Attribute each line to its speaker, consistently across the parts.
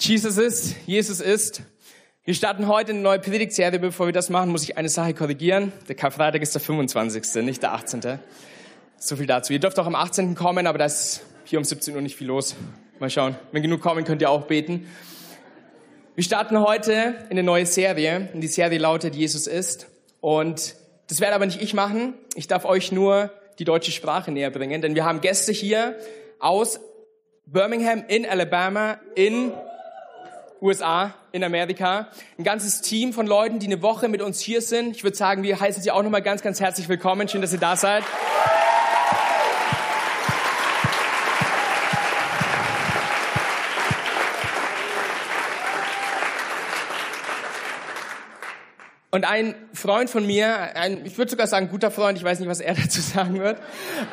Speaker 1: Jesus ist, Jesus ist. Wir starten heute eine neue Predigtserie. Bevor wir das machen, muss ich eine Sache korrigieren. Der Karfreitag ist der 25., nicht der 18. So viel dazu. Ihr dürft auch am 18. kommen, aber da ist hier um 17 Uhr nicht viel los. Mal schauen. Wenn genug kommen, könnt ihr auch beten. Wir starten heute in eine neue Serie. Und die Serie lautet Jesus ist. Und das werde aber nicht ich machen. Ich darf euch nur die deutsche Sprache näher bringen, denn wir haben Gäste hier aus Birmingham in Alabama in USA, in Amerika. Ein ganzes Team von Leuten, die eine Woche mit uns hier sind. Ich würde sagen, wir heißen Sie auch nochmal ganz, ganz herzlich willkommen. Schön, dass ihr da seid. Und ein Freund von mir, ein, ich würde sogar sagen guter Freund, ich weiß nicht, was er dazu sagen wird,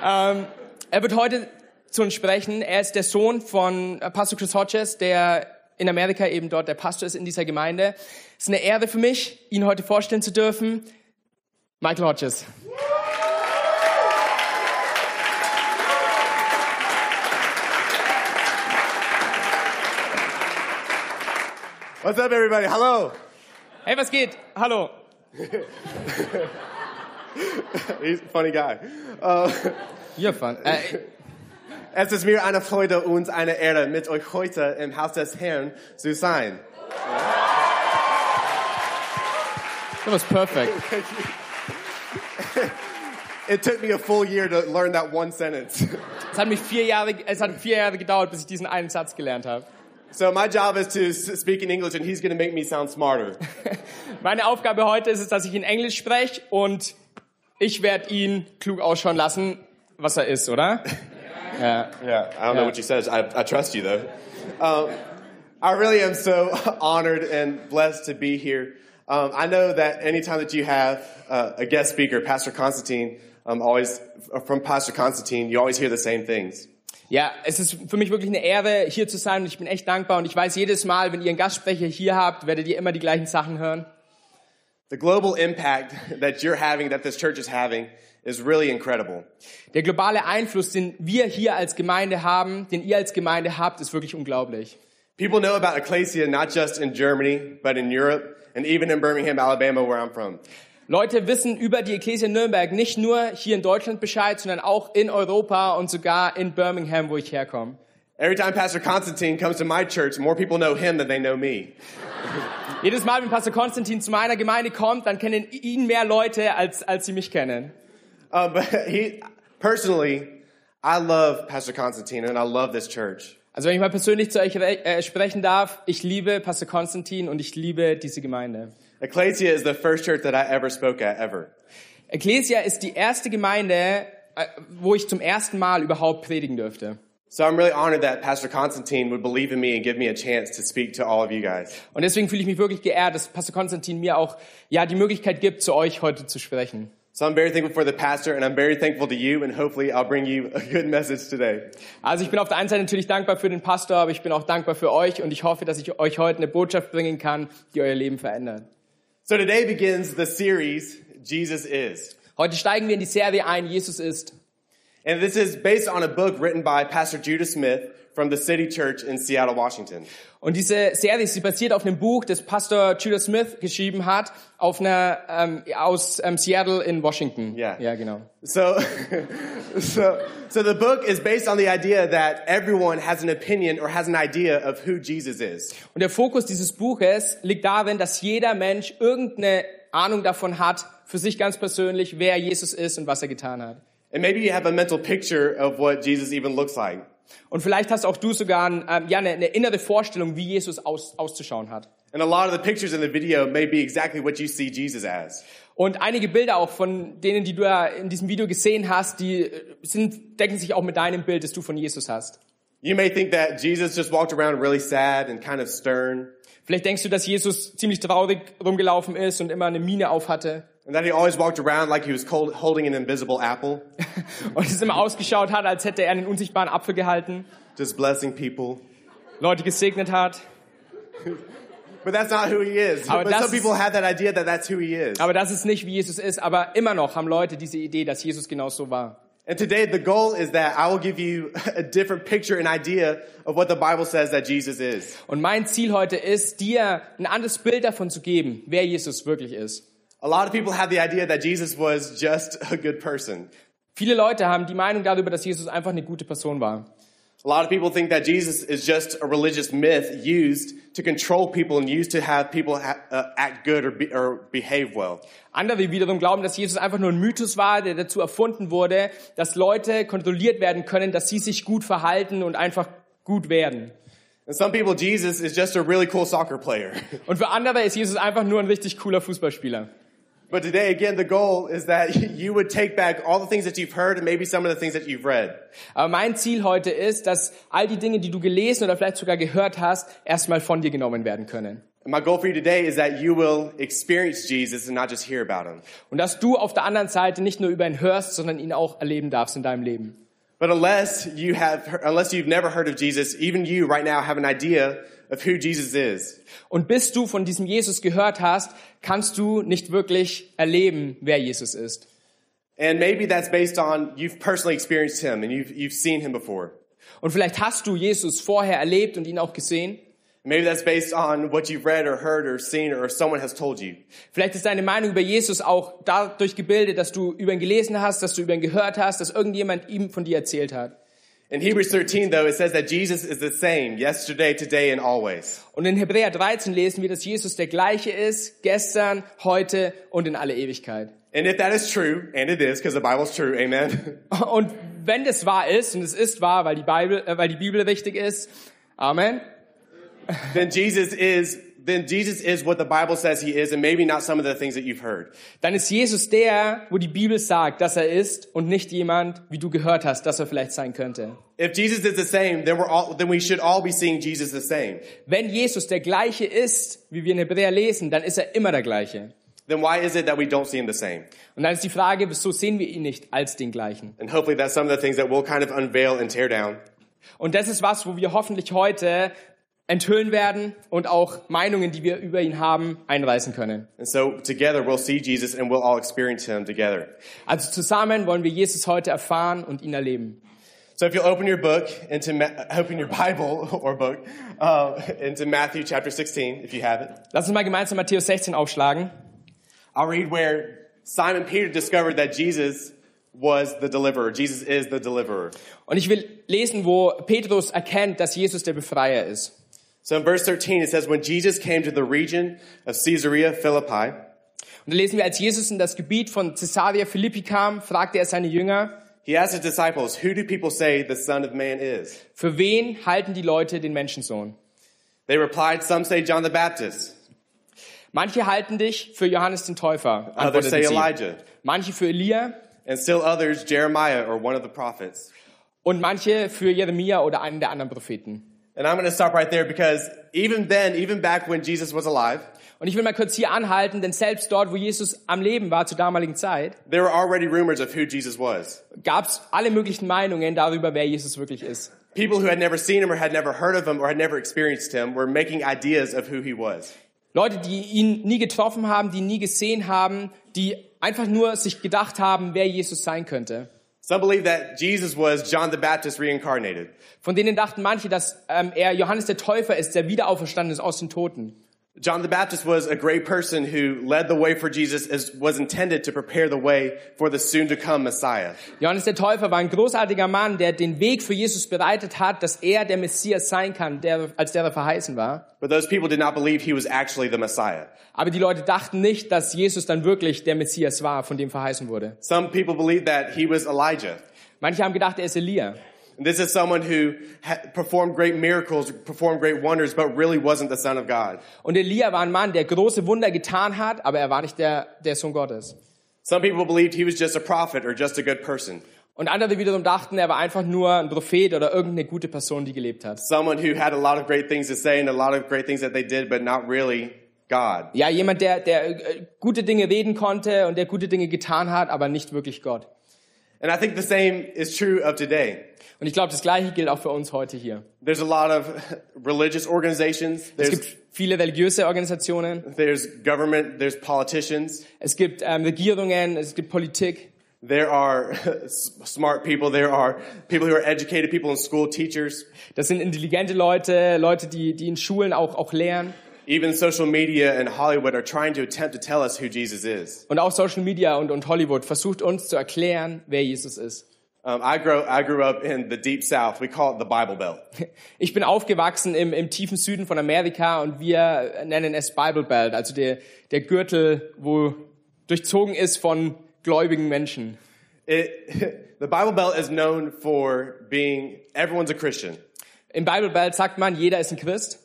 Speaker 1: ähm, er wird heute zu uns sprechen. Er ist der Sohn von äh, Pastor Chris Hodges, der in Amerika eben dort der Pastor ist in dieser Gemeinde. Es ist eine Ehre für mich, ihn heute vorstellen zu dürfen. Michael Hodges.
Speaker 2: What's up, everybody? Hello.
Speaker 1: Hey, was geht? Hallo.
Speaker 2: He's a funny guy. Uh,
Speaker 1: Ihr Fan. Äh,
Speaker 2: es ist mir eine Freude und eine Ehre, mit euch heute im Haus des Herrn zu sein.
Speaker 1: that was perfect.
Speaker 2: It took me a full year to learn that one sentence.
Speaker 1: Es hat mich vier Jahre, es hat vier Jahre gedauert, bis ich diesen einen Satz gelernt habe.
Speaker 2: so my job is to s- speak in English, and he's going to make me sound smarter.
Speaker 1: Meine Aufgabe heute ist es, dass ich in Englisch spreche und ich werde ihn klug ausschauen lassen, was er ist, oder? Ja.
Speaker 2: Yeah, I don't know
Speaker 1: Yeah.
Speaker 2: what you said. I, I trust you though. Um, I really am so honored and blessed to be here. Um, I know that anytime that you have uh, a guest speaker, Pastor Constantine, um, always from Pastor Constantine, you always hear the same things.
Speaker 1: Ja, es ist für mich wirklich eine Ehre, hier zu sein und ich bin echt dankbar und ich weiß jedes Mal, wenn ihr einen Gastsprecher hier habt, werdet ihr immer die gleichen Sachen hören.
Speaker 2: The global impact that you're having, that this church is having, is really incredible.
Speaker 1: Der globale Einfluss, den wir hier als Gemeinde haben, den ihr als Gemeinde habt, ist wirklich unglaublich.
Speaker 2: People know about Ecclesia not just in Germany, but in Europe and even in Birmingham, Alabama, where I'm from.
Speaker 1: Leute wissen über die Ecclesia Nürnberg nicht nur hier in Deutschland Bescheid, sondern auch in Europa und sogar in Birmingham, wo ich herkomme.
Speaker 2: Every time Pastor Constantine comes to my church, more people know him than they know me.
Speaker 1: Jedes Mal, wenn Pastor Konstantin zu meiner Gemeinde kommt, dann kennen ihn mehr Leute, als, als sie mich kennen.
Speaker 2: Uh, but he personally, I love Pastor Constantine and I love this church.
Speaker 1: Also wenn ich mal persönlich zu euch re- äh, sprechen darf, ich liebe Pastor Konstantin und ich liebe diese Gemeinde.
Speaker 2: Ecclesia is the first church that I ever spoke at ever.
Speaker 1: Ecclesia ist die erste Gemeinde, äh, wo ich zum ersten Mal überhaupt predigen dürfte.
Speaker 2: So I'm really honored that Pastor Constantine would believe in me and give me a chance to speak to all of you guys.
Speaker 1: Und deswegen fühle ich mich wirklich geehrt, dass Pastor Konstantin mir auch ja die Möglichkeit gibt, zu euch heute zu sprechen.
Speaker 2: So I'm very thankful for the pastor and I'm very thankful to you and hopefully I'll bring you a good message today.
Speaker 1: Also ich bin auf der einen Seite natürlich dankbar für den Pastor, aber ich bin auch dankbar für euch und ich hoffe, dass ich euch heute eine Botschaft bringen kann, die euer Leben verändert.
Speaker 2: So today begins the series Jesus is.
Speaker 1: Heute steigen wir in die Serie ein, Jesus ist.
Speaker 2: And this is based on a book written by Pastor Judah Smith from the City Church in Seattle, Washington.
Speaker 1: Und diese Serie, sie basiert auf einem Buch, das Pastor Judah Smith geschrieben hat, auf einer ähm, aus ähm, Seattle in Washington.
Speaker 2: Ja.
Speaker 1: ja, genau.
Speaker 2: So, so, so the book is based on the idea that everyone has an opinion or has an idea of who Jesus is.
Speaker 1: Und der Fokus dieses Buches liegt darin, dass jeder Mensch irgendeine Ahnung davon hat, für sich ganz persönlich, wer Jesus ist und was er getan hat.
Speaker 2: And maybe you have a mental picture of what Jesus even looks like.
Speaker 1: Und vielleicht hast auch du sogar ein, ähm, ja, eine, eine innere Vorstellung, wie Jesus aus, auszuschauen hat.
Speaker 2: And a lot of the pictures in the video may be exactly what you see Jesus as.
Speaker 1: Und einige Bilder auch von denen, die du ja in diesem Video gesehen hast, die äh, sind, decken sich auch mit deinem Bild, das du von Jesus hast.
Speaker 2: You may think that Jesus just walked around really sad and kind of stern,
Speaker 1: Vielleicht denkst du, dass Jesus ziemlich traurig rumgelaufen ist und immer eine Miene aufhatte
Speaker 2: and that he always walked around like he was cold, holding an invisible apple,
Speaker 1: und es immer ausgeschaut hat, als hätte er einen unsichtbaren Apfel gehalten,
Speaker 2: just blessing people.
Speaker 1: Leute gesegnet hat.
Speaker 2: But that's not who he is.
Speaker 1: Aber
Speaker 2: But
Speaker 1: das
Speaker 2: some
Speaker 1: ist-
Speaker 2: people have that idea that that's who he is.
Speaker 1: Oh. Aber das ist nicht, wie Jesus ist. Aber immer noch haben Leute diese Idee, dass Jesus genau so war.
Speaker 2: And today, the goal is that I will give you a different picture and idea of what the Bible says that Jesus is.
Speaker 1: Und mein Ziel heute ist, dir ein anderes Bild davon zu geben, wer Jesus wirklich ist.
Speaker 2: A lot of people have the idea that Jesus was just a good person.
Speaker 1: Viele Leute haben die Meinung darüber, dass Jesus einfach eine gute Person war.
Speaker 2: A lot of people think that Jesus is just a religious myth used to control people and used to have people ha- uh, act good or, be- or behave well.
Speaker 1: Andere wiederum glauben, dass Jesus einfach nur ein Mythos war, der dazu erfunden wurde, dass Leute kontrolliert werden können, dass sie sich gut verhalten und einfach gut werden.
Speaker 2: And some people, Jesus is just a really cool soccer player.
Speaker 1: Und für andere ist Jesus einfach nur ein richtig cooler Fußballspieler.
Speaker 2: But today, again, the goal is that you would take back all the things that you've heard and maybe some of the things that you've read.
Speaker 1: Aber mein Ziel heute ist, dass all die Dinge, die du gelesen oder vielleicht sogar gehört hast, erstmal von dir genommen werden können.
Speaker 2: And my goal for you today is that you will experience Jesus and not just hear about him.
Speaker 1: Und dass du auf der anderen Seite nicht nur über ihn hörst, sondern ihn auch erleben darfst in deinem Leben.
Speaker 2: But unless you have, unless you've never heard of Jesus, even you right now have an idea of who Jesus is.
Speaker 1: Und bis du von diesem Jesus gehört hast, kannst du nicht wirklich erleben, wer Jesus ist.
Speaker 2: And maybe that's based on you've personally experienced him and you've, you've seen him before.
Speaker 1: Und vielleicht hast du Jesus vorher erlebt und ihn auch gesehen.
Speaker 2: Maybe that's based on what you've read or heard or seen or someone has told you.
Speaker 1: Vielleicht ist deine Meinung über Jesus auch dadurch gebildet, dass du über ihn gelesen hast, dass du über ihn gehört hast, dass irgendjemand ihm von dir erzählt hat.
Speaker 2: In Hebrews 13, though, it says that Jesus is the same yesterday, today, and always.
Speaker 1: Und in Hebräer 13 lesen wir, dass Jesus der gleiche ist, gestern, heute und in alle Ewigkeit.
Speaker 2: And if that is true, and it is, because the Bible's true, amen.
Speaker 1: Und wenn das wahr ist, und es ist wahr, weil die Bibel, äh, weil die Bibel richtig ist, Amen,
Speaker 2: then Jesus is, then Jesus is what the Bible says he is, and maybe not some of the things that you've heard.
Speaker 1: dann ist Jesus der, wo die Bibel sagt, dass er ist und nicht jemand, wie du gehört hast, dass er vielleicht sein könnte.
Speaker 2: If Jesus is the same, then we're all, then we should all be seeing Jesus the same.
Speaker 1: Wenn Jesus der gleiche ist, wie wir in Hebräer lesen, dann ist er immer der gleiche.
Speaker 2: Then why is it that we don't see him the same?
Speaker 1: Und dann ist die Frage, wieso sehen wir ihn nicht als den gleichen?
Speaker 2: And hopefully that's some of the things that we'll kind of unveil and tear down.
Speaker 1: Und das ist was, wo wir hoffentlich heute enthüllen werden und auch Meinungen, die wir über ihn haben, einreißen können.
Speaker 2: And so together we'll see Jesus and we'll all experience him together.
Speaker 1: Also zusammen wollen wir Jesus heute erfahren und ihn erleben.
Speaker 2: So if you'll open your book into, Ma- open your Bible or book, uh, into Matthew chapter 16, if you have it.
Speaker 1: Lass uns mal gemeinsam Matthäus 16 aufschlagen.
Speaker 2: I'll read where Simon Peter discovered that Jesus was the deliverer. Jesus is the deliverer.
Speaker 1: Und ich will lesen, wo Petrus erkennt, dass Jesus der Befreier ist.
Speaker 2: So in verse 13, it says, When Jesus came to the region of Caesarea Philippi,
Speaker 1: Und da lesen wir, als Jesus in das Gebiet von Caesarea Philippi kam, fragte er seine Jünger,
Speaker 2: he asked his disciples, Who do people say the Son of Man is?
Speaker 1: für wen halten die Leute den Menschensohn?
Speaker 2: They replied, Some say John the Baptist,
Speaker 1: Manche halten dich für Johannes den Täufer,
Speaker 2: others say
Speaker 1: antworteten sie.
Speaker 2: Elijah,
Speaker 1: Manche für Elia
Speaker 2: and still others Jeremiah or one of the prophets.
Speaker 1: und manche für Jeremia oder einen der anderen Propheten.
Speaker 2: And I'm going to stop right there because even then, even back when Jesus was alive,
Speaker 1: Und ich will mal kurz hier anhalten, denn selbst dort, wo Jesus am Leben war zur damaligen Zeit,
Speaker 2: there were already rumors of who Jesus was.
Speaker 1: gab es alle möglichen Meinungen darüber, wer Jesus wirklich ist.
Speaker 2: People who had never seen him or had never heard of him or had never experienced him were making ideas of who he was.
Speaker 1: Leute, die ihn nie getroffen haben, die ihn nie gesehen haben, die einfach nur sich gedacht haben, wer Jesus sein könnte.
Speaker 2: Some believe that Jesus was John the Baptist reincarnated.
Speaker 1: Von denen dachten manche, dass ähm, er Johannes der Täufer ist, der wiederauferstanden ist aus den Toten.
Speaker 2: John the Baptist was a great person who led the way for Jesus as was intended to prepare the way for the soon to come Messiah.
Speaker 1: Johannes der Täufer war ein großartiger Mann, der den Weg für Jesus bereitet hat, dass er der Messias sein kann, der, als der er verheißen war.
Speaker 2: But those people did not believe he was actually the Messiah.
Speaker 1: Aber die Leute dachten nicht, dass Jesus dann wirklich der Messias war, von dem verheißen wurde.
Speaker 2: Some people believed that he was Elijah.
Speaker 1: Manche haben gedacht, er ist Elia.
Speaker 2: And this is someone who ha- performed great miracles, performed great wonders, but really wasn't the Son of God.
Speaker 1: Und Elia war ein Mann, der große Wunder getan hat, aber er war nicht der, der Sohn Gottes.
Speaker 2: Some people believed he was just a prophet or just a good person.
Speaker 1: Und andere wiederum dachten, er war einfach nur ein Prophet oder irgendeine gute Person, die gelebt hat.
Speaker 2: someone who had a lot of great things to say and a lot of great things that they did, but not really God.
Speaker 1: Ja, jemand, der, der äh, gute Dinge reden konnte und der gute Dinge getan hat, aber nicht wirklich Gott.
Speaker 2: And I think the same is true of today.
Speaker 1: Und ich glaube, das Gleiche gilt auch für uns heute hier.
Speaker 2: There's a lot of religious organizations.
Speaker 1: Es
Speaker 2: There's,
Speaker 1: gibt viele religiöse Organisationen,
Speaker 2: there's government. There's politicians.
Speaker 1: es gibt ähm, Regierungen, es gibt Politik.
Speaker 2: There are s- smart people. There are people who are educated, people in school, teachers,
Speaker 1: Das sind intelligente Leute, Leute, die, die in Schulen auch, auch lehren.
Speaker 2: even social media and Hollywood are trying to attempt to tell us who Jesus is.
Speaker 1: Und auch Social Media und, und Hollywood versucht uns zu erklären, wer Jesus ist.
Speaker 2: Um, I, grow, I grew up in the deep south. We call it the Bible Belt.
Speaker 1: Ich bin aufgewachsen im, im tiefen Süden von Amerika und wir nennen es Bible Belt, also der, der Gürtel, wo durchzogen ist von gläubigen Menschen.
Speaker 2: It, the Bible Belt is known for being everyone's a Christian.
Speaker 1: Im Bible Belt sagt man, jeder ist ein Christ.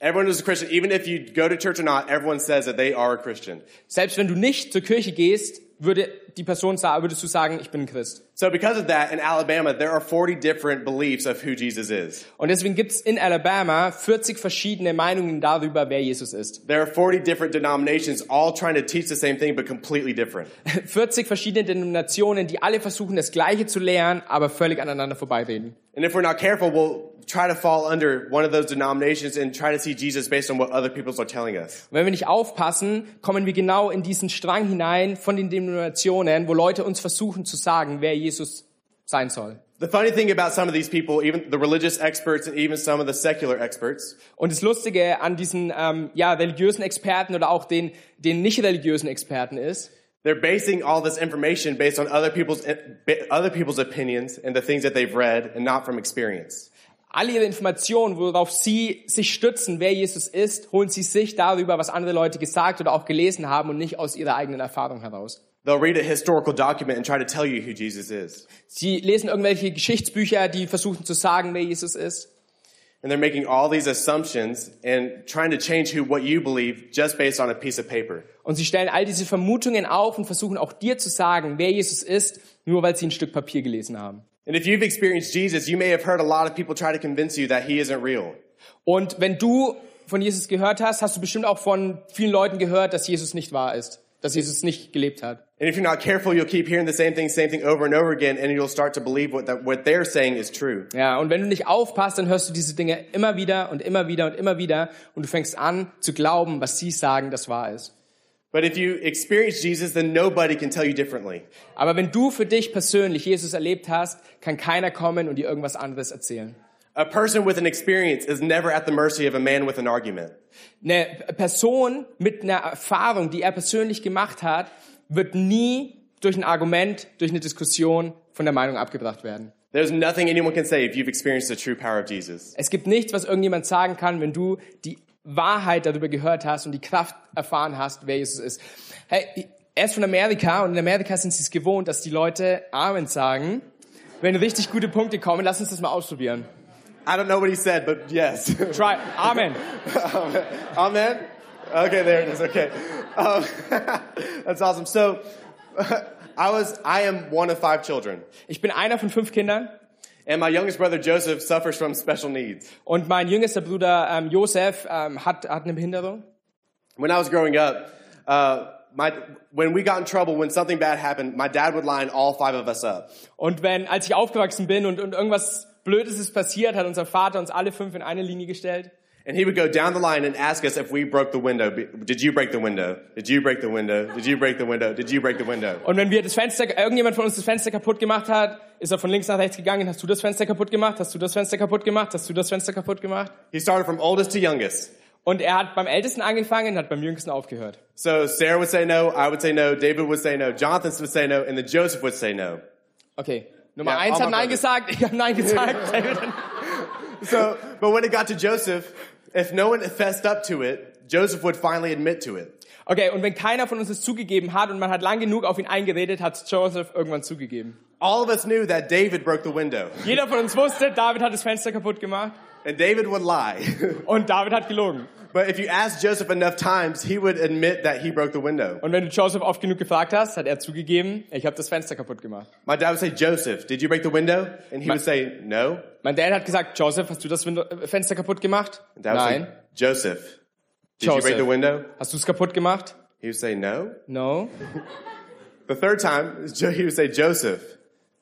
Speaker 2: Everyone is a Christian. Even if you go to church or not, everyone says that they are a Christian.
Speaker 1: Selbst wenn du nicht zur Kirche gehst, würde die Person sa- würdest du sagen, ich bin ein Christ.
Speaker 2: So because of that, in Alabama, there are 40 different beliefs of who Jesus is.
Speaker 1: Und deswegen gibt's in Alabama 40 verschiedene Meinungen darüber, wer Jesus ist.
Speaker 2: There are 40 different denominations all trying to teach the same thing, but completely different.
Speaker 1: 40 verschiedene Denominationen, die alle versuchen, das Gleiche zu lernen, aber völlig aneinander vorbeireden.
Speaker 2: And if we're not careful, we'll try to fall under one of those denominations and try to see Jesus based on what other people are telling us.
Speaker 1: Und wenn wir nicht aufpassen, kommen wir genau in diesen Strang hinein von den Denominationen, wo Leute uns versuchen zu sagen, wer Jesus sein soll.
Speaker 2: The funny thing about some of these people, even the religious experts and even some of the secular experts,
Speaker 1: Und das Lustige an diesen ähm, ja, religiösen Experten oder auch den, den nicht religiösen Experten ist,
Speaker 2: they're basing all this information based on other people's eh, other people's opinions and the things that they've read and not from experience.
Speaker 1: Alle ihre Informationen, worauf sie sich stützen, wer Jesus ist, holen sie sich darüber, was andere Leute gesagt oder auch gelesen haben und nicht aus ihrer eigenen Erfahrung heraus.
Speaker 2: They'll read a historical document and try to tell you who Jesus is.
Speaker 1: Sie lesen irgendwelche Geschichtsbücher, die versuchen zu sagen, wer Jesus ist.
Speaker 2: And they're making all these assumptions and trying to change who what you believe just based on a piece of paper.
Speaker 1: Und sie stellen all diese Vermutungen auf und versuchen auch dir zu sagen, wer Jesus ist, nur weil sie ein Stück Papier gelesen haben.
Speaker 2: And if you've experienced Jesus, you may have heard a lot of people try to convince you that he isn't real.
Speaker 1: Und wenn du von Jesus gehört hast, hast du bestimmt auch von vielen Leuten gehört, dass Jesus nicht wahr ist, dass Jesus nicht gelebt hat.
Speaker 2: And if you're not careful, you'll keep hearing the same thing, same thing over and over again, and you'll start to believe what, that, what they're saying is true.
Speaker 1: Ja, und wenn du nicht aufpasst, dann hörst du diese Dinge immer wieder und immer wieder und immer wieder und du fängst an zu glauben, was sie sagen, das wahr ist.
Speaker 2: But if you experience Jesus, then nobody can tell you differently.
Speaker 1: Aber wenn du für dich persönlich Jesus erlebt hast, kann keiner kommen und dir irgendwas anderes erzählen.
Speaker 2: A person with an experience is never at the mercy of a man with an argument.
Speaker 1: Eine Person mit einer Erfahrung, die er persönlich gemacht hat, wird nie durch ein Argument, durch eine Diskussion von der Meinung abgebracht werden.
Speaker 2: There's nothing anyone can say if you've experienced the true power of Jesus.
Speaker 1: Es gibt nichts, was irgendjemand sagen kann, wenn du die Wahrheit darüber gehört hast und die Kraft erfahren hast, wer Jesus ist. Hey, er ist von Amerika und in Amerika sind sie es gewohnt, dass die Leute Amen sagen. Wenn richtig gute Punkte kommen, lass uns das mal ausprobieren.
Speaker 2: I don't know what he said, but yes.
Speaker 1: Try Amen.
Speaker 2: Amen. Okay, there it is. Okay, um, that's awesome. So, I was I am one of five children,
Speaker 1: Ich bin einer von fünf Kindern
Speaker 2: and my youngest brother Joseph suffers from special needs.
Speaker 1: und mein jüngster Bruder ähm, Josef ähm, hat, hat eine Behinderung.
Speaker 2: When I was growing up, uh, my when we got in trouble, when something bad happened, my dad would line all five of us up.
Speaker 1: Und wenn, als ich aufgewachsen bin und, und irgendwas Blödes ist passiert, hat unser Vater uns alle fünf in eine Linie gestellt.
Speaker 2: And he would go down the line and ask us if we broke the window. Be- Did you break the window? Did you break the window? Did you break the window? Did you break the window?
Speaker 1: Und wenn wir das Fenster, irgendjemand von uns das Fenster kaputt gemacht hat, ist er von links nach rechts gegangen. Hast du das Fenster kaputt gemacht? Hast du das Fenster kaputt gemacht? Hast du das Fenster kaputt gemacht?
Speaker 2: He started from oldest to youngest.
Speaker 1: Und er hat beim Ältesten angefangen, hat beim Jüngsten aufgehört.
Speaker 2: So Sarah would say no, I would say no, David would say no, Jonathan would say no, and then Joseph would say no.
Speaker 1: Okay. Nummer
Speaker 2: Ja,
Speaker 1: eins hat
Speaker 2: all my
Speaker 1: Nein
Speaker 2: brothers.
Speaker 1: gesagt, ich habe Nein gesagt.
Speaker 2: So, but when it got to Joseph, if no one fessed up to it, Joseph would finally admit to it.
Speaker 1: Okay, und wenn keiner von uns es zugegeben hat und man hat lang genug auf ihn eingeredet, hat Joseph irgendwann zugegeben.
Speaker 2: All of us knew that David broke the window,
Speaker 1: Jeder von uns wusste, David hat das Fenster kaputt gemacht
Speaker 2: and David would lie.
Speaker 1: und David hat gelogen.
Speaker 2: but if you asked Joseph enough times, he would admit that he broke the window.
Speaker 1: Und wenn du Joseph oft genug gefragt hast, hat er zugegeben, ich habe das Fenster kaputt gemacht.
Speaker 2: My dad would say, Joseph, did you break the window? And he would say, no.
Speaker 1: Mein Dad hat gesagt, Joseph, hast du das Windo- äh, Fenster kaputt gemacht?
Speaker 2: And dad would
Speaker 1: Nein.
Speaker 2: say, Joseph, did you break
Speaker 1: Joseph.
Speaker 2: the window?
Speaker 1: Hast du es kaputt gemacht?
Speaker 2: He would say, no.
Speaker 1: No.
Speaker 2: The third time, Jo- he would say, Joseph,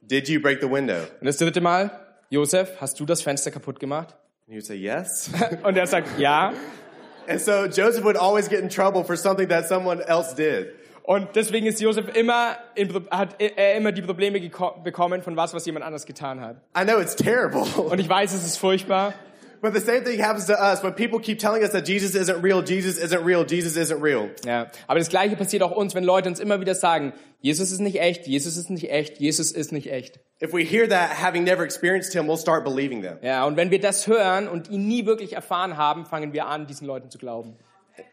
Speaker 2: did you break the window?
Speaker 1: Und das dritte Mal, Josef, hast du das Fenster kaputt gemacht?
Speaker 2: And he would say, yes.
Speaker 1: Und er sagt, ja.
Speaker 2: and so Joseph would always get in trouble for something that someone else did.
Speaker 1: Und deswegen ist Josef immer in, Pro- hat äh, er immer die Probleme geko- bekommen von was, was jemand anders getan hat.
Speaker 2: I know it's terrible,
Speaker 1: Und ich weiß, es ist furchtbar.
Speaker 2: but the same thing happens to us when people keep telling us that Jesus isn't real, Jesus isn't real, Jesus isn't real.
Speaker 1: Ja. Aber das Gleiche passiert auch uns, wenn Leute uns immer wieder sagen, Jesus ist nicht echt, Jesus ist nicht echt, Jesus ist nicht echt.
Speaker 2: If we hear that, having never experienced Him, we'll start believing them.
Speaker 1: Ja, und wenn wir das hören und ihn nie wirklich erfahren haben, fangen wir an, diesen Leuten zu glauben.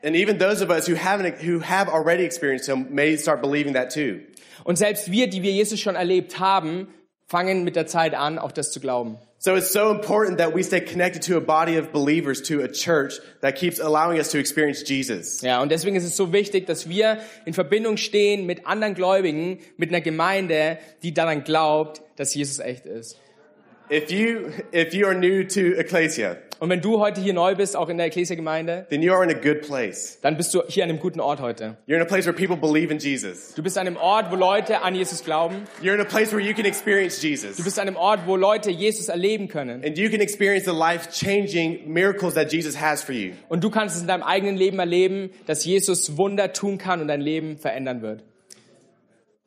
Speaker 2: And even those of us who haven't, who have already experienced Him, may start believing that too.
Speaker 1: Und selbst wir, die wir Jesus schon erlebt haben, fangen mit der Zeit an, auch das zu glauben.
Speaker 2: So it's so important that we stay connected to a body of believers, to a church that keeps allowing us to experience Jesus.
Speaker 1: Ja, und deswegen ist es so wichtig, dass wir in Verbindung stehen mit anderen Gläubigen, mit einer Gemeinde, die daran glaubt, dass Jesus echt ist.
Speaker 2: If you, if you are new to Ecclesia,
Speaker 1: Und wenn du heute hier neu bist, auch in der Ekklesia-Gemeinde,
Speaker 2: then you are in a good place.
Speaker 1: dann bist du hier an einem guten Ort heute.
Speaker 2: You're in a place where people believe in Jesus.
Speaker 1: Du bist an einem Ort, wo Leute an Jesus glauben.
Speaker 2: You're in a place where you can experience
Speaker 1: Du
Speaker 2: Jesus.
Speaker 1: bist an einem Ort, wo Leute Jesus erleben können.
Speaker 2: And you can experience the life changing miracles that Jesus has for you.
Speaker 1: Und du kannst es in deinem eigenen Leben erleben, dass Jesus Wunder tun kann und dein Leben verändern wird.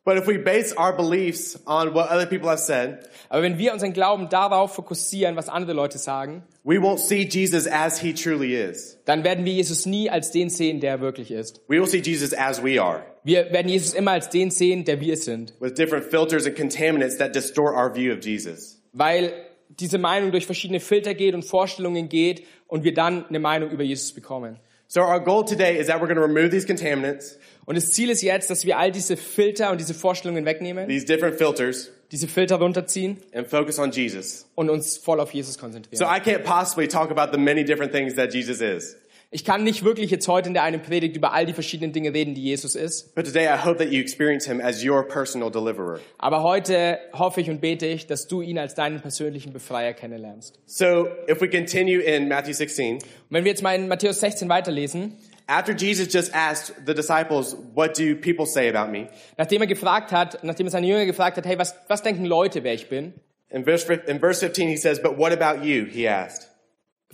Speaker 2: But if we base our beliefs on what other people have said,
Speaker 1: Aber wenn wir unseren Glauben darauf fokussieren, was andere Leute sagen,
Speaker 2: we won't see Jesus as he truly is.
Speaker 1: dann werden wir Jesus nie als den sehen, der er wirklich ist.
Speaker 2: We will see Jesus as we are,
Speaker 1: Wir werden Jesus immer als den sehen, der wir sind,
Speaker 2: with different filters and contaminants that distort our view of Jesus.
Speaker 1: weil diese Meinung durch verschiedene Filter geht und Vorstellungen geht und wir dann eine Meinung über Jesus bekommen.
Speaker 2: So our goal today is that we're going to remove these contaminants,
Speaker 1: Und das Ziel ist jetzt, dass wir all diese Filter und diese Vorstellungen wegnehmen,
Speaker 2: these different filters,
Speaker 1: diese Filter runterziehen
Speaker 2: and focus on Jesus.
Speaker 1: und uns voll auf Jesus
Speaker 2: So
Speaker 1: konzentrieren.
Speaker 2: I can't possibly talk about the many different things that Jesus is.
Speaker 1: Ich kann nicht wirklich jetzt heute in der einen Predigt über all die verschiedenen Dinge reden, die Jesus ist,
Speaker 2: But today I hope that you experience him as your personal deliverer.
Speaker 1: aber heute hoffe ich und bete ich, dass du ihn als deinen persönlichen Befreier kennenlernst.
Speaker 2: So if we continue in Matthew 16,
Speaker 1: Und wenn wir jetzt mal in Matthäus 16 weiterlesen,
Speaker 2: after Jesus just asked the disciples, what do people say about me?
Speaker 1: nachdem er gefragt hat, nachdem er seine Jünger gefragt hat, hey, was, was denken Leute, wer ich bin?
Speaker 2: In verse, in verse 15, he says, But what about you? He asked,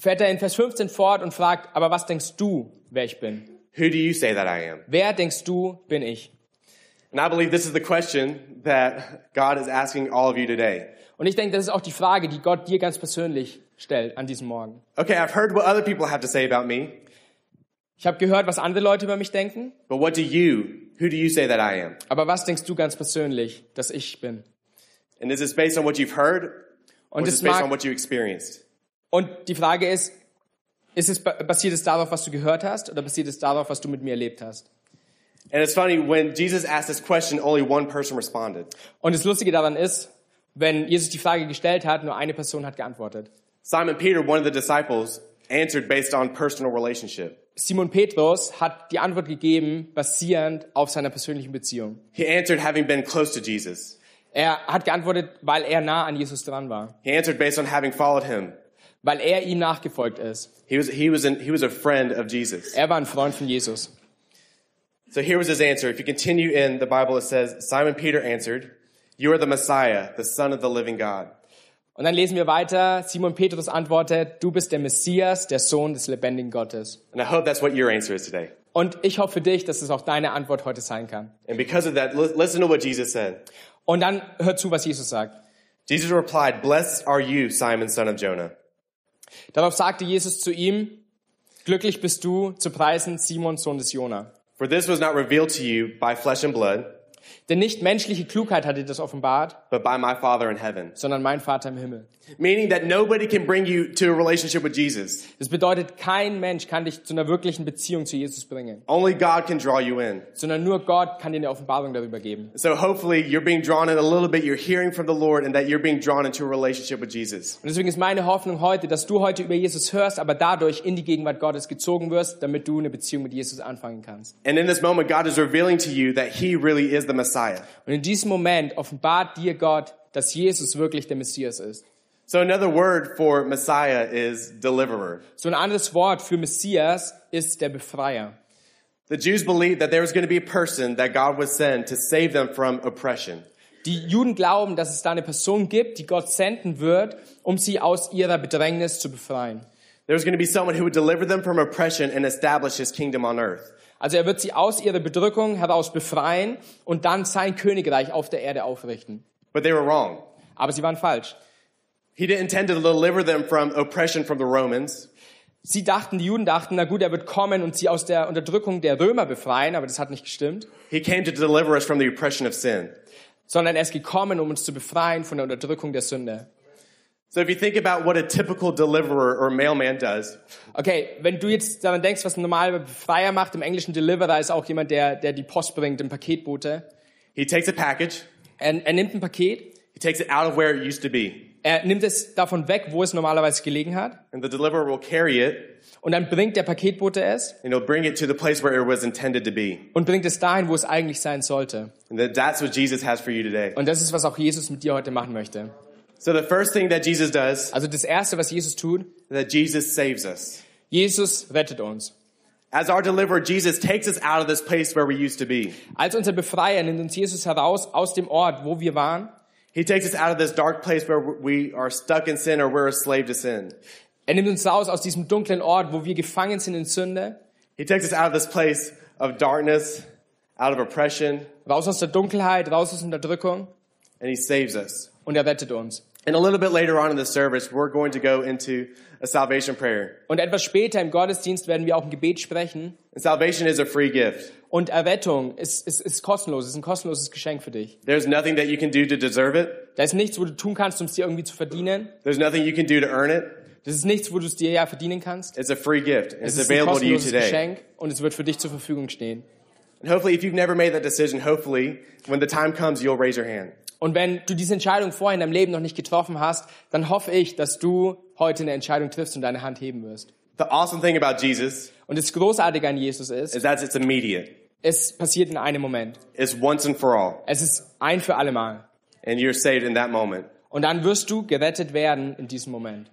Speaker 1: fährt er in Vers 15 fort und fragt, aber was denkst du, wer ich bin?
Speaker 2: Who do you say that I am?
Speaker 1: Wer denkst du, bin ich?
Speaker 2: And I believe this is the question that God is asking all of you today.
Speaker 1: Und ich denke, das ist auch die Frage, die Gott dir ganz persönlich stellt an diesem Morgen.
Speaker 2: Okay, I've heard what other people have to say about me,
Speaker 1: Ich habe gehört, was andere Leute über mich denken,
Speaker 2: but what do you, who do you say that I am?
Speaker 1: aber was denkst du ganz persönlich, dass ich bin?
Speaker 2: And is this based on what you've heard or
Speaker 1: Und,
Speaker 2: is
Speaker 1: es
Speaker 2: it based on
Speaker 1: mag,
Speaker 2: what you experienced?
Speaker 1: und die Frage ist, ist es, ba- basiert es darauf, was du gehört hast oder basiert es darauf, was du mit mir erlebt hast?
Speaker 2: And it's funny, when Jesus asked this question, only one person responded.
Speaker 1: Und das Lustige daran ist, wenn Jesus die Frage gestellt hat, nur eine Person hat geantwortet.
Speaker 2: Simon Peter, one of the disciples, answered based on personal relationship.
Speaker 1: Simon Petrus hat die Antwort gegeben, basierend auf seiner persönlichen Beziehung.
Speaker 2: He answered having been close to Jesus.
Speaker 1: Er hat geantwortet, weil er nah an Jesus dran war,
Speaker 2: He answered based on having followed him.
Speaker 1: weil er ihm nachgefolgt ist.
Speaker 2: He was, he was, an, he was a friend of Jesus.
Speaker 1: Er war ein Freund von Jesus.
Speaker 2: So here was his answer. If you continue in the Bible, it says, Simon Peter answered, You are the Messiah, the Son of the living God.
Speaker 1: Und dann lesen wir weiter. Simon Petrus antwortet, du bist der Messias, der Sohn des lebendigen Gottes.
Speaker 2: And I hope that's what your answer is today.
Speaker 1: Und ich hoffe für dich, dass es auch deine Antwort heute sein kann.
Speaker 2: And because of that, li- listen to what Jesus said.
Speaker 1: Und dann hör zu, was Jesus sagt.
Speaker 2: Jesus replied, Blessed are you, Simon, son of Jonah.
Speaker 1: Darauf sagte Jesus zu ihm, glücklich bist du zu preisen, Simon, Sohn des Jona.
Speaker 2: For this was not revealed to you by flesh and blood,
Speaker 1: Denn nicht menschliche Klugheit hat dir das offenbart,
Speaker 2: but by my Father in heaven.
Speaker 1: sondern mein Vater im Himmel.
Speaker 2: Meaning that nobody can bring you to a relationship with Jesus.
Speaker 1: Das bedeutet, kein Mensch kann dich zu einer wirklichen Beziehung zu Jesus bringen.
Speaker 2: Only God can draw you in.
Speaker 1: sondern nur Gott kann dir eine Offenbarung darüber geben.
Speaker 2: So hopefully you're being drawn in a little bit. You're hearing from the Lord and that you're being drawn into a relationship with Jesus.
Speaker 1: Und deswegen ist meine Hoffnung heute, dass du heute über Jesus hörst, aber dadurch in die Gegenwart Gottes gezogen wirst, damit du eine Beziehung mit Jesus anfangen kannst.
Speaker 2: And in this moment, God is revealing to you that He really is the Messiah.
Speaker 1: Und in diesem Moment offenbart dir Gott, dass Jesus wirklich der Messias ist.
Speaker 2: So another word for Messiah is deliverer.
Speaker 1: So ein anderes Wort für Messias ist der Befreier.
Speaker 2: The Jews believed that there was going to be a person that God would send to save them from oppression.
Speaker 1: Die Juden glauben, dass es da eine Person gibt, die Gott senden wird, um sie aus ihrer Bedrängnis zu befreien.
Speaker 2: There was going to be someone who would deliver them from oppression and establish his kingdom on earth.
Speaker 1: Also er wird sie aus ihrer Bedrückung heraus befreien und dann sein Königreich auf der Erde aufrichten.
Speaker 2: But they were wrong.
Speaker 1: Aber sie waren falsch.
Speaker 2: He didn't intend to deliver them from oppression from the Romans.
Speaker 1: Sie dachten, die Juden dachten, na gut, er wird kommen und sie aus der Unterdrückung der Römer befreien, aber das hat nicht gestimmt,
Speaker 2: He came to deliver us from the oppression of sin.
Speaker 1: sondern er ist gekommen, um uns zu befreien von der Unterdrückung der Sünde.
Speaker 2: So if you think about what a typical deliverer or mailman does,
Speaker 1: Okay, wenn du jetzt daran denkst, was ein normaler Befreier macht, im Englischen Deliverer ist auch jemand, der, der die Post bringt, ein Paketbote.
Speaker 2: he takes a package,
Speaker 1: Er, er nimmt ein Paket,
Speaker 2: he takes it out of where it used to be,
Speaker 1: er nimmt es davon weg, wo es normalerweise gelegen hat,
Speaker 2: and the deliverer will carry it
Speaker 1: und dann bringt der Paketbote es
Speaker 2: and he'll bring it to the place where it was intended to be.
Speaker 1: und bringt es dahin, wo es eigentlich sein sollte.
Speaker 2: And that- that's what Jesus has for you today.
Speaker 1: Und das ist, was auch Jesus mit dir heute machen möchte.
Speaker 2: So the first thing that Jesus does,
Speaker 1: Also das Erste, was Jesus tut,
Speaker 2: that Jesus saves us.
Speaker 1: Jesus rettet uns.
Speaker 2: As our deliverer, Jesus takes us out of this place where we used to be.
Speaker 1: Als unser Befreier nimmt uns Jesus heraus aus dem Ort, wo wir waren.
Speaker 2: He takes us out of this dark place where we are stuck in sin or we're a slave to sin.
Speaker 1: Er nimmt uns raus aus diesem dunklen Ort, wo wir gefangen sind in Sünde,
Speaker 2: He takes us out of this place of darkness, out of oppression,
Speaker 1: raus aus der Dunkelheit, raus aus Unterdrückung
Speaker 2: and he saves us.
Speaker 1: und er rettet uns.
Speaker 2: And a little bit later on in the service, we're going to go into a salvation prayer.
Speaker 1: Und etwas später im Gottesdienst werden wir auch ein Gebet sprechen.
Speaker 2: And salvation is a free gift.
Speaker 1: Und Errettung ist, ist, ist kostenlos, ist ein kostenloses Geschenk für dich.
Speaker 2: There's nothing that you can do to deserve it.
Speaker 1: Da ist nichts, wo du tun kannst, um es dir irgendwie zu verdienen.
Speaker 2: There's nothing you can do to earn it.
Speaker 1: Das ist nichts, wo du es dir ja verdienen kannst.
Speaker 2: It's a free gift. and It's
Speaker 1: Es ist ein
Speaker 2: available to you
Speaker 1: kostenloses
Speaker 2: today.
Speaker 1: Geschenk und es wird für dich zur Verfügung stehen.
Speaker 2: And hopefully, if you've never made that decision, hopefully, when the time comes, you'll raise your hand.
Speaker 1: Und wenn du diese Entscheidung vorher in deinem Leben noch nicht getroffen hast, dann hoffe ich, dass du heute eine Entscheidung triffst und deine Hand heben wirst.
Speaker 2: The awesome thing about Jesus
Speaker 1: Und das Großartige an Jesus ist,
Speaker 2: is that it's immediate.
Speaker 1: es passiert in einem Moment.
Speaker 2: It's once and for all.
Speaker 1: Es ist ein für alle Mal.
Speaker 2: And you're saved in that moment.
Speaker 1: Und dann wirst du gerettet werden in diesem Moment.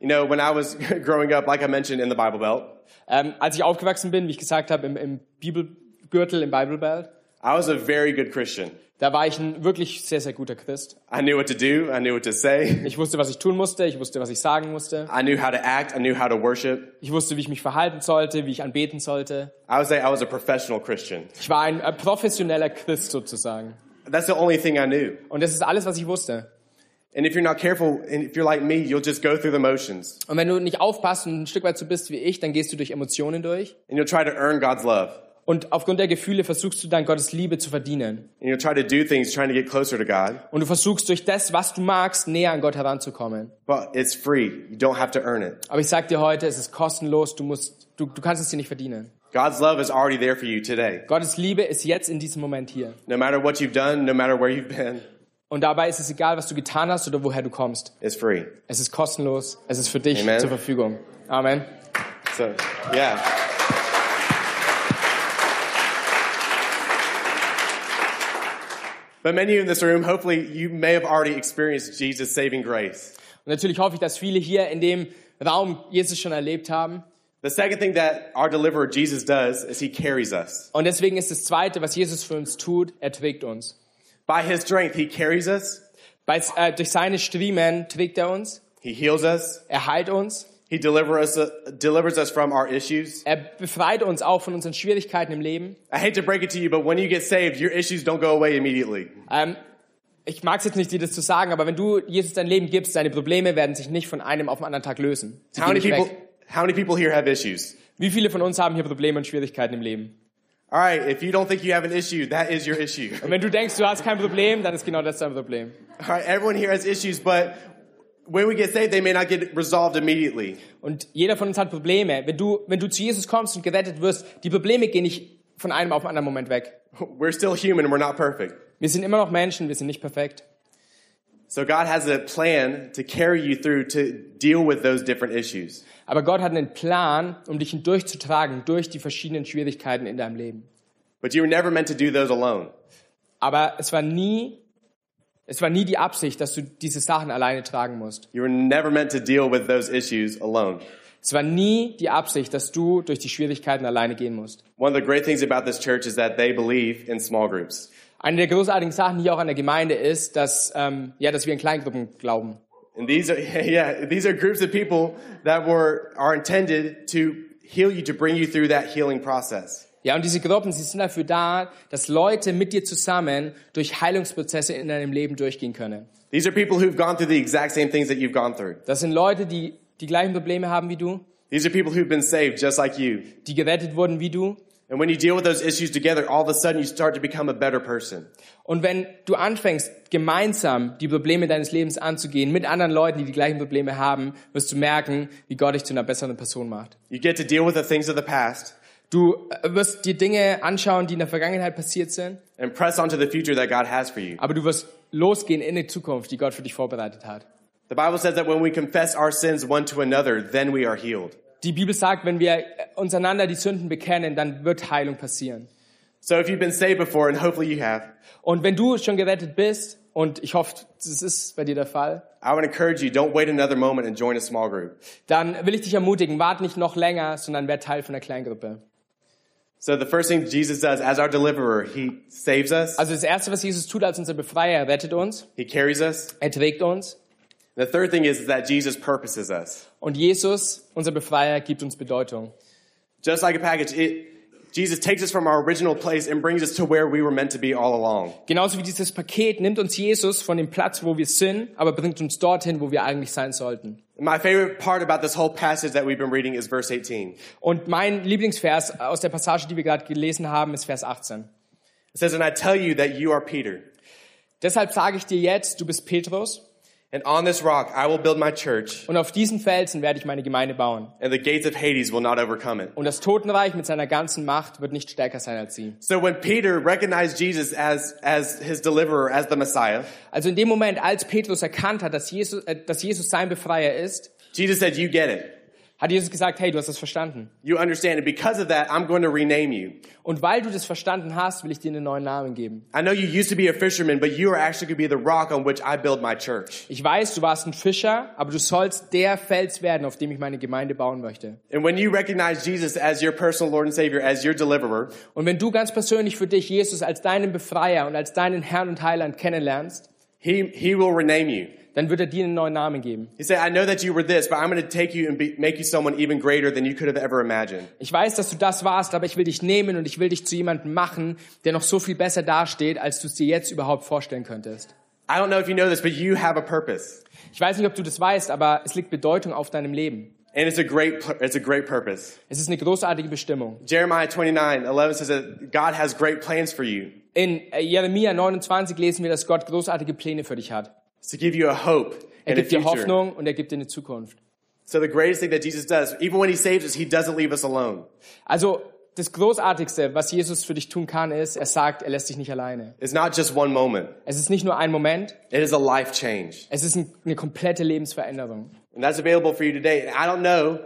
Speaker 2: You know, when I was growing up, like I mentioned in the Bible Belt,
Speaker 1: Ähm, als ich aufgewachsen bin, wie ich gesagt habe, im, im Bibelgürtel, im Bible Belt,
Speaker 2: I was a very good Christian.
Speaker 1: da war ich ein wirklich sehr, sehr guter Christ.
Speaker 2: I knew what to do. I knew what to say.
Speaker 1: Ich wusste, was ich tun musste, ich wusste, was ich sagen musste.
Speaker 2: I knew how to act. I knew how to worship.
Speaker 1: Ich wusste, wie ich mich verhalten sollte, wie ich anbeten sollte.
Speaker 2: I would say I was a professional Christian.
Speaker 1: Ich war ein äh, professioneller Christ sozusagen.
Speaker 2: That's the only thing I knew.
Speaker 1: Und das ist alles, was ich wusste.
Speaker 2: And if you're not careful, and if you're like me, you'll just go through the motions
Speaker 1: Und wenn du nicht aufpasst und ein Stück weit so bist wie ich, dann gehst du durch Emotionen durch.
Speaker 2: and you'll try to earn God's love
Speaker 1: Und aufgrund der Gefühle versuchst du dann Gottes Liebe zu verdienen.
Speaker 2: and you'll try to do things trying to get closer to God.
Speaker 1: Und du versuchst durch das, was du magst, näher an Gott heranzukommen.
Speaker 2: But it's free. You don't have to earn it.
Speaker 1: Aber ich sag dir heute, es ist kostenlos, du musst, du, du kannst es dir nicht verdienen.
Speaker 2: God's love is already there for you today.
Speaker 1: Gottes Liebe ist jetzt in diesem Moment hier.
Speaker 2: No matter what you've done, no matter where you've been,
Speaker 1: Und dabei ist es egal, was du getan hast oder woher du kommst.
Speaker 2: it's free.
Speaker 1: Es ist kostenlos, es ist für dich
Speaker 2: Amen.
Speaker 1: zur Verfügung. Amen.
Speaker 2: So, yeah. But many of you in this room, hopefully, you may have already experienced Jesus' saving grace.
Speaker 1: Und natürlich hoffe ich, dass viele hier in dem Raum Jesus schon erlebt haben.
Speaker 2: The second thing that our deliverer Jesus does is he carries us.
Speaker 1: Und deswegen ist das Zweite, was Jesus für uns tut, er trägt uns.
Speaker 2: By his strength, he carries us,
Speaker 1: Bei, äh, durch seine Striemen trägt er uns,
Speaker 2: he heals us,
Speaker 1: er heilt uns,
Speaker 2: he deliver us, uh, delivers us from our issues.
Speaker 1: er befreit uns auch von unseren Schwierigkeiten im Leben.
Speaker 2: I hate to break it to you, but when you get saved, your issues don't go away immediately.
Speaker 1: Ähm, ich mag es jetzt nicht, dir das zu sagen, aber wenn du Jesus dein Leben gibst, deine Probleme werden sich nicht von einem auf den anderen Tag lösen. Sie
Speaker 2: How
Speaker 1: gehen
Speaker 2: many
Speaker 1: nicht
Speaker 2: people,
Speaker 1: weg.
Speaker 2: how many people here have issues?
Speaker 1: Wie viele von uns haben hier Probleme und Schwierigkeiten im Leben?
Speaker 2: All right, if you don't think you have an issue, that is your issue.
Speaker 1: Und wenn du denkst, du hast kein Problem, dann ist genau das dein Problem.
Speaker 2: All right, everyone here has issues, but when we get saved, they may not get resolved immediately.
Speaker 1: Und jeder von uns hat Probleme. Wenn du, wenn du zu Jesus kommst und gerettet wirst, die Probleme gehen nicht von einem auf den anderen Moment weg.
Speaker 2: We're still human, we're not perfect.
Speaker 1: Wir sind immer noch Menschen, wir sind nicht perfekt.
Speaker 2: So God has a plan to carry you through to deal with those different issues.
Speaker 1: Aber Gott hat einen Plan, um dich hindurchzutragen durch die verschiedenen Schwierigkeiten in deinem Leben.
Speaker 2: But you were never meant to do those alone.
Speaker 1: Aber es war nie, es war nie die Absicht, dass du diese Sachen alleine tragen musst.
Speaker 2: You were never meant to deal with those issues alone.
Speaker 1: Es war nie die Absicht, dass du durch die Schwierigkeiten alleine gehen musst.
Speaker 2: One of the great things about this church is that they believe in small groups.
Speaker 1: Eine der großartigen Sachen hier auch an der Gemeinde ist, dass, ähm, ja, dass wir in Kleingruppen glauben.
Speaker 2: And these are, yeah, these are groups of people that were, are intended to heal you, to bring you through that healing process.
Speaker 1: Ja, und diese Gruppen, sie sind dafür da, dass Leute mit dir zusammen durch Heilungsprozesse in deinem Leben durchgehen können.
Speaker 2: These are people who've gone through the exact same things that you've gone through.
Speaker 1: Das sind Leute, die die gleichen Probleme haben wie du,
Speaker 2: These are people who've been saved just like you.
Speaker 1: die gerettet wurden wie du.
Speaker 2: And when you deal with those issues together, all of a sudden you start to become a better person.
Speaker 1: Und wenn du anfängst, gemeinsam die Probleme deines Lebens anzugehen, mit anderen Leuten, die die gleichen Probleme haben, wirst du merken, wie Gott dich zu einer besseren Person macht.
Speaker 2: You get to deal with the things of the past
Speaker 1: Du äh, wirst dir Dinge anschauen, die in der Vergangenheit passiert sind,
Speaker 2: and press on to the future that God has for you.
Speaker 1: aber du wirst losgehen in die Zukunft, die Gott für dich vorbereitet hat.
Speaker 2: The Bible says that when we confess our sins one to another, then we are healed.
Speaker 1: Die Bibel sagt, wenn wir äh, uns einander die Sünden bekennen, dann wird Heilung passieren.
Speaker 2: So if you've been saved before, and hopefully you have,
Speaker 1: Und wenn du schon gerettet bist, und ich hoffe, das ist bei dir der Fall,
Speaker 2: I would encourage you, don't wait another moment and join a small group.
Speaker 1: dann will ich dich ermutigen, wart nicht noch länger, sondern werd Teil von einer Kleingruppe.
Speaker 2: So the first thing Jesus does as our deliverer, he saves us,
Speaker 1: Also das Erste, was Jesus tut als unser Befreier, er rettet uns,
Speaker 2: he carries us.
Speaker 1: er trägt uns
Speaker 2: The third thing is that Jesus purposes us.
Speaker 1: und Jesus, unser Befreier, gibt uns Bedeutung.
Speaker 2: Just like a package, it, Jesus takes us from our original place and brings us to where we were meant to be all along.
Speaker 1: Genauso wie dieses Paket nimmt uns Jesus von dem Platz, wo wir sind, aber bringt uns dorthin, wo wir eigentlich sein sollten.
Speaker 2: My favorite part about this whole passage that we've been reading is verse 18.
Speaker 1: Und mein Lieblingsvers aus der Passage, die wir gerade gelesen haben, ist Vers 18.
Speaker 2: It says, And I tell you that you are Peter,
Speaker 1: Deshalb sage ich dir jetzt, du bist Petrus
Speaker 2: and on this rock I will build my church,
Speaker 1: und auf diesen Felsen werde ich meine Gemeinde bauen.
Speaker 2: and the gates of Hades will not overcome it.
Speaker 1: Und das Totenreich mit seiner ganzen Macht wird nicht stärker sein als sie.
Speaker 2: So when Peter recognized Jesus as, as his deliverer, as the Messiah,
Speaker 1: Also in dem Moment, als Petrus erkannt hat, dass Jesus, äh, dass Jesus sein Befreier ist,
Speaker 2: Jesus said, You get it.
Speaker 1: hat Jesus gesagt, hey, du hast das verstanden.
Speaker 2: You understand it. Because of that, I'm going to rename you.
Speaker 1: Und weil du das verstanden hast, will ich dir einen neuen Namen geben.
Speaker 2: I know you used to be a fisherman, but you are actually going to be the rock on which I build my church.
Speaker 1: Ich weiß, du warst ein Fischer, aber du sollst der Fels werden, auf dem ich meine Gemeinde bauen möchte.
Speaker 2: And when you recognize Jesus as your personal Lord and Savior, as your deliverer,
Speaker 1: Und wenn du ganz persönlich für dich Jesus als deinen Befreier und als deinen Herrn und Heiland kennenlernst,
Speaker 2: he, he will rename you.
Speaker 1: dann wird er dir einen neuen Namen geben.
Speaker 2: He said, I know that you were this, but I'm going to take you and be, make you someone even greater than you could have ever imagined.
Speaker 1: Ich weiß, dass du das warst, aber ich will dich nehmen und ich will dich zu jemandem machen, der noch so viel besser dasteht, als du es dir jetzt überhaupt vorstellen könntest.
Speaker 2: I don't know if you know this, but you have a purpose.
Speaker 1: Ich weiß nicht, ob du das weißt, aber es liegt Bedeutung auf deinem Leben.
Speaker 2: And it's a great, pur- it's a great purpose.
Speaker 1: Es ist eine großartige Bestimmung.
Speaker 2: Jeremiah 29, 11 says that God has great plans for you.
Speaker 1: In äh, Jeremia 29 lesen wir, dass Gott großartige Pläne für dich hat.
Speaker 2: It's to give you a hope
Speaker 1: Er
Speaker 2: and a
Speaker 1: gibt dir
Speaker 2: future.
Speaker 1: Hoffnung und er gibt dir eine Zukunft.
Speaker 2: So the greatest thing that Jesus does, even when he saves us, he doesn't leave us alone.
Speaker 1: Also das Großartigste, was Jesus für dich tun kann, ist, er sagt, er lässt dich nicht alleine.
Speaker 2: It's not just one moment.
Speaker 1: Es ist nicht nur ein Moment,
Speaker 2: It is a life change.
Speaker 1: es ist ein, eine komplette Lebensveränderung.
Speaker 2: And that's available for you today. And I don't know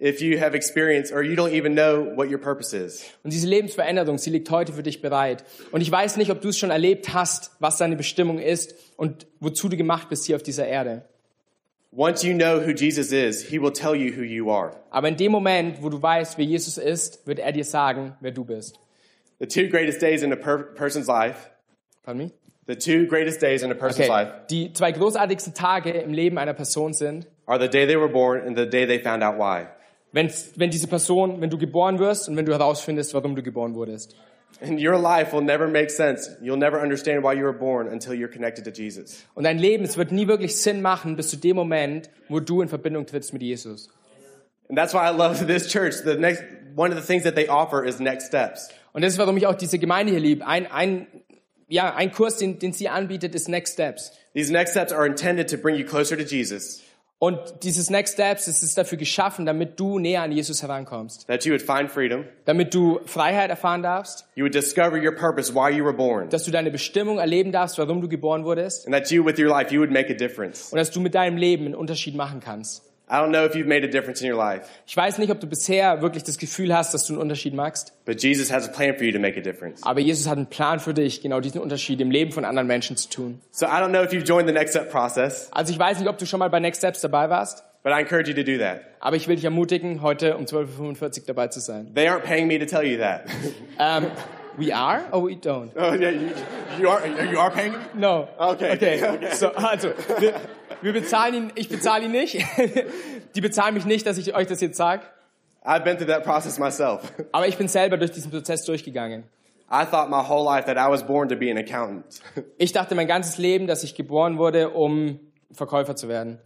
Speaker 2: if you have experienced or you don't even know what your purpose is.
Speaker 1: Und diese Lebensveränderung, sie liegt heute für dich bereit. Und ich weiß nicht, ob du es schon erlebt hast, was deine Bestimmung ist und wozu du gemacht bist hier auf dieser Erde.
Speaker 2: Once you know who Jesus is, he will tell you who you are.
Speaker 1: Aber in dem Moment, wo du weißt, wer Jesus ist, wird er dir sagen, wer du bist.
Speaker 2: The two greatest days in a per- person's life,
Speaker 1: Pardon me?
Speaker 2: the two greatest days in a person's
Speaker 1: Okay.
Speaker 2: life
Speaker 1: Die zwei großartigsten Tage im Leben einer Person sind,
Speaker 2: are the day they were born and the day they found out why.
Speaker 1: wenn's, wenn diese Person, wenn du geboren wirst und wenn du herausfindest, warum du geboren wurdest.
Speaker 2: And your life will never make sense. You'll never understand why you were born until you're connected to Jesus.
Speaker 1: Und dein Leben, es wird nie wirklich Sinn machen, bis zu dem Moment, wo du in Verbindung trittst mit Jesus.
Speaker 2: And that's why I love this church. The next one of the things that they offer is next steps.
Speaker 1: Und das ist, warum ich auch diese Gemeinde hier liebe. Ein, ein, ja, ein Kurs, den, den sie anbietet, ist Next Steps.
Speaker 2: These next steps are intended to bring you closer to Jesus,
Speaker 1: Und dieses Next Steps, es ist dafür geschaffen, damit du näher an Jesus herankommst.
Speaker 2: that you would find freedom,
Speaker 1: Damit du Freiheit erfahren darfst,
Speaker 2: you would discover your purpose, why you were born,
Speaker 1: dass du deine Bestimmung erleben darfst, warum du geboren wurdest.
Speaker 2: and that you with your life you would make a difference.
Speaker 1: und dass du mit deinem Leben einen Unterschied machen kannst.
Speaker 2: I don't know if you've made a difference in your life,
Speaker 1: Ich weiß nicht, ob du bisher wirklich das Gefühl hast, dass du einen Unterschied machst,
Speaker 2: but Jesus has a plan for you to make a difference.
Speaker 1: aber Jesus hat einen Plan für dich, genau diesen Unterschied im Leben von anderen Menschen zu tun.
Speaker 2: So I don't know if you've joined the next step process,
Speaker 1: Also ich weiß nicht, ob du schon mal bei Next Steps dabei warst,
Speaker 2: but I encourage you to do that.
Speaker 1: aber ich will dich ermutigen, heute um 12.45 Uhr dabei zu sein.
Speaker 2: They aren't paying me to tell you that.
Speaker 1: Ähm, we are or we don't?
Speaker 2: oh yeah, you, you are you are paying me?
Speaker 1: No.
Speaker 2: Okay, okay.
Speaker 1: So, also, wir, Wir bezahlen ihn, ich bezahle ihn nicht. Die bezahlen mich nicht, dass ich euch das jetzt sage.
Speaker 2: I've been through that process myself.
Speaker 1: Aber ich bin selber durch diesen Prozess durchgegangen.
Speaker 2: I thought my whole life that I was born to be an accountant.
Speaker 1: Ich dachte mein ganzes Leben, dass ich geboren wurde, um Verkäufer zu werden.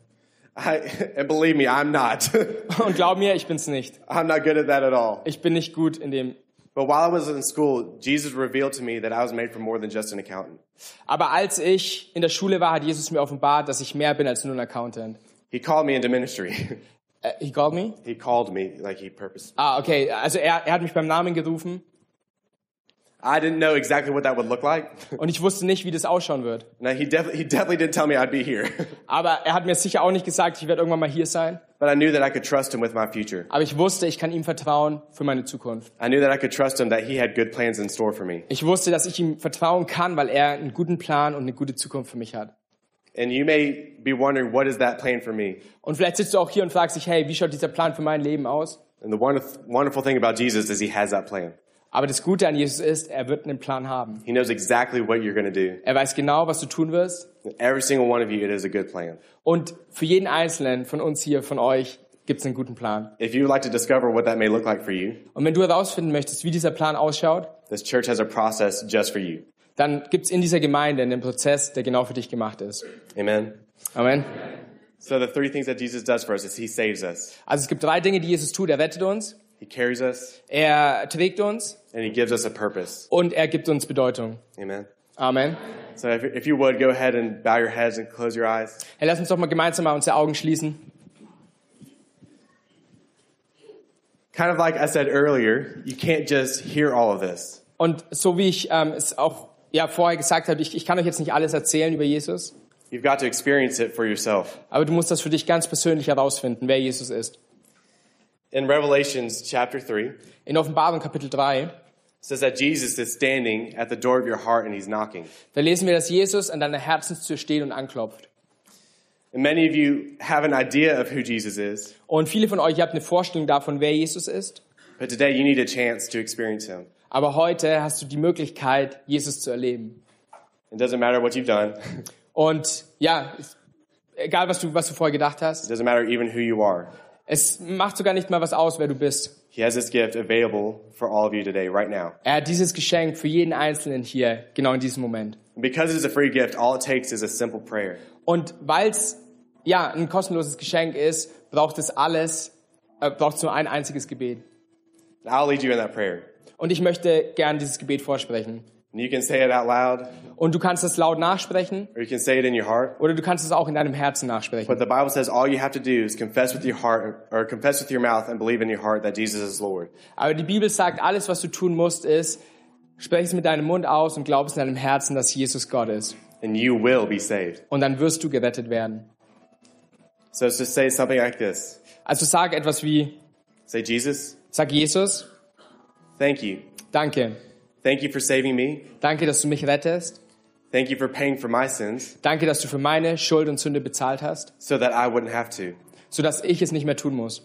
Speaker 2: I, and believe me, I'm not.
Speaker 1: Und glaub mir, ich bin's nicht.
Speaker 2: I'm not good at that at all.
Speaker 1: Ich bin nicht gut in dem.
Speaker 2: But while I was in school, Jesus revealed to me that I was made for more than just an accountant.
Speaker 1: Aber als ich in der Schule war, hat Jesus mir offenbart, dass ich mehr bin als nur ein Accountant.
Speaker 2: He called me into ministry.
Speaker 1: Äh, he called me?
Speaker 2: he called me like he purposed.
Speaker 1: Ah, okay. Also er, er hat mich beim Namen gerufen
Speaker 2: I didn't know exactly what that would look like.
Speaker 1: und ich wusste nicht, wie das ausschauen wird.
Speaker 2: Now he definitely he definitely didn't tell me I'd be here,
Speaker 1: Aber er hat mir sicher auch nicht gesagt, ich werde irgendwann mal hier sein.
Speaker 2: but I knew that I could trust him with my future.
Speaker 1: Aber ich wusste, ich kann ihm vertrauen für meine Zukunft.
Speaker 2: I knew that I could trust him that he had good plans in store for me.
Speaker 1: Ich wusste, dass ich ihm vertrauen kann, weil er einen guten Plan und eine gute Zukunft für mich hat.
Speaker 2: And you may be wondering what is that plan for me?
Speaker 1: Und vielleicht sitzt du auch hier und fragst dich, hey, wie schaut dieser Plan für mein Leben aus?
Speaker 2: And the wonderf- wonderful thing about Jesus is he has that plan.
Speaker 1: Aber das Gute an Jesus ist, er wird einen Plan haben.
Speaker 2: He knows exactly what you're going to do.
Speaker 1: Er weiß genau, was du tun wirst.
Speaker 2: Every single one of you, it is a good plan.
Speaker 1: Und für jeden Einzelnen von uns hier, von euch, gibt es einen guten Plan.
Speaker 2: If you would like to discover what that may look like for you,
Speaker 1: Und wenn du herausfinden möchtest, wie dieser Plan ausschaut,
Speaker 2: this church has a process just for you.
Speaker 1: dann gibt es in dieser Gemeinde einen Prozess, der genau für dich gemacht ist.
Speaker 2: Amen.
Speaker 1: Amen.
Speaker 2: So the three things that Jesus does for us is he saves us,
Speaker 1: Also es gibt drei Dinge, die Jesus tut. Er rettet uns,
Speaker 2: he carries us,
Speaker 1: er trägt uns
Speaker 2: and he gives us a purpose.
Speaker 1: und er gibt uns Bedeutung.
Speaker 2: Amen.
Speaker 1: Amen.
Speaker 2: So if, if you would, go ahead and bow your heads and close your eyes.
Speaker 1: Hey, lass uns doch mal gemeinsam mal unsere Augen schließen.
Speaker 2: Kind of like I said earlier, you can't just hear all of this.
Speaker 1: Und so wie ich ähm, es auch ja, vorher gesagt habe, ich, ich kann euch jetzt nicht alles erzählen über Jesus,
Speaker 2: You've got to experience it for yourself.
Speaker 1: aber du musst das für dich ganz persönlich herausfinden, wer Jesus ist.
Speaker 2: In Revelations chapter 3, it
Speaker 1: In Offenbarung Kapitel 3,
Speaker 2: says that Jesus is standing at the door of your heart and he's knocking.
Speaker 1: da lesen wir, dass Jesus an deiner Herzenstür steht und anklopft.
Speaker 2: And many of you have an idea of who Jesus is,
Speaker 1: Und viele von euch, ihr habt eine Vorstellung davon, wer Jesus ist,
Speaker 2: but today you need a chance to experience him.
Speaker 1: aber heute hast du die Möglichkeit, Jesus zu erleben.
Speaker 2: It doesn't matter what you've done.
Speaker 1: Und ja, es- egal was du, was du vorher gedacht
Speaker 2: It
Speaker 1: hast,
Speaker 2: doesn't matter even who you are.
Speaker 1: es macht sogar nicht mal was aus, wer du bist.
Speaker 2: He has this gift available for all of you today, right now.
Speaker 1: Er hat dieses Geschenk für jeden Einzelnen hier, genau in diesem Moment.
Speaker 2: And because it's a free gift, all it takes is a simple prayer.
Speaker 1: Und weil es ja ein kostenloses Geschenk ist, braucht es alles, äh, braucht es nur ein einziges Gebet.
Speaker 2: And I'll lead you in that prayer.
Speaker 1: Und ich möchte gern dieses Gebet vorsprechen.
Speaker 2: And you can say it out loud,
Speaker 1: Und du kannst es laut nachsprechen
Speaker 2: or you can say it in your heart.
Speaker 1: oder du kannst es auch in deinem Herzen nachsprechen.
Speaker 2: But the Bible says all you have to do is confess with your heart, or confess with your mouth, and believe in your heart that Jesus is Lord.
Speaker 1: Aber die Bibel sagt, alles, was du tun musst, ist, sprech es mit deinem Mund aus und glaub es in deinem Herzen, dass Jesus Gott ist.
Speaker 2: And you will be saved.
Speaker 1: Und dann wirst du gerettet werden.
Speaker 2: So it's just say something like this.
Speaker 1: Also sag etwas wie,
Speaker 2: Say, Jesus,
Speaker 1: sag Jesus,
Speaker 2: thank you.
Speaker 1: danke.
Speaker 2: Thank you for saving me.
Speaker 1: Danke, dass du mich rettest.
Speaker 2: Thank you for paying for my sins
Speaker 1: Danke, dass du für meine Schuld und Sünde bezahlt hast,
Speaker 2: so that I wouldn't have to.
Speaker 1: sodass ich es nicht mehr tun muss.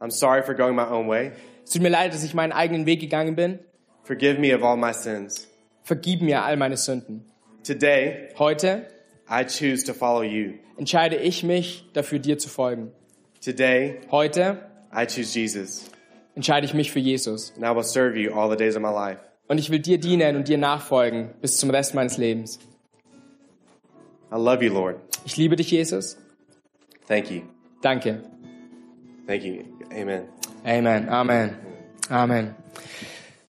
Speaker 2: I'm sorry for going my own way.
Speaker 1: Es tut mir leid, dass ich meinen eigenen Weg gegangen bin.
Speaker 2: Forgive me of all my sins.
Speaker 1: Vergib mir all meine Sünden.
Speaker 2: Today,
Speaker 1: Heute
Speaker 2: I choose to follow you.
Speaker 1: entscheide ich mich dafür, dir zu folgen.
Speaker 2: Today,
Speaker 1: Heute
Speaker 2: I choose Jesus,
Speaker 1: entscheide ich mich für Jesus.
Speaker 2: and I will serve you all the days of my life.
Speaker 1: Und ich will dir dienen und dir nachfolgen bis zum Rest meines Lebens.
Speaker 2: I love you, Lord.
Speaker 1: Ich liebe dich, Jesus.
Speaker 2: Thank you.
Speaker 1: Danke.
Speaker 2: Thank you. Amen.
Speaker 1: Amen. Amen. Amen.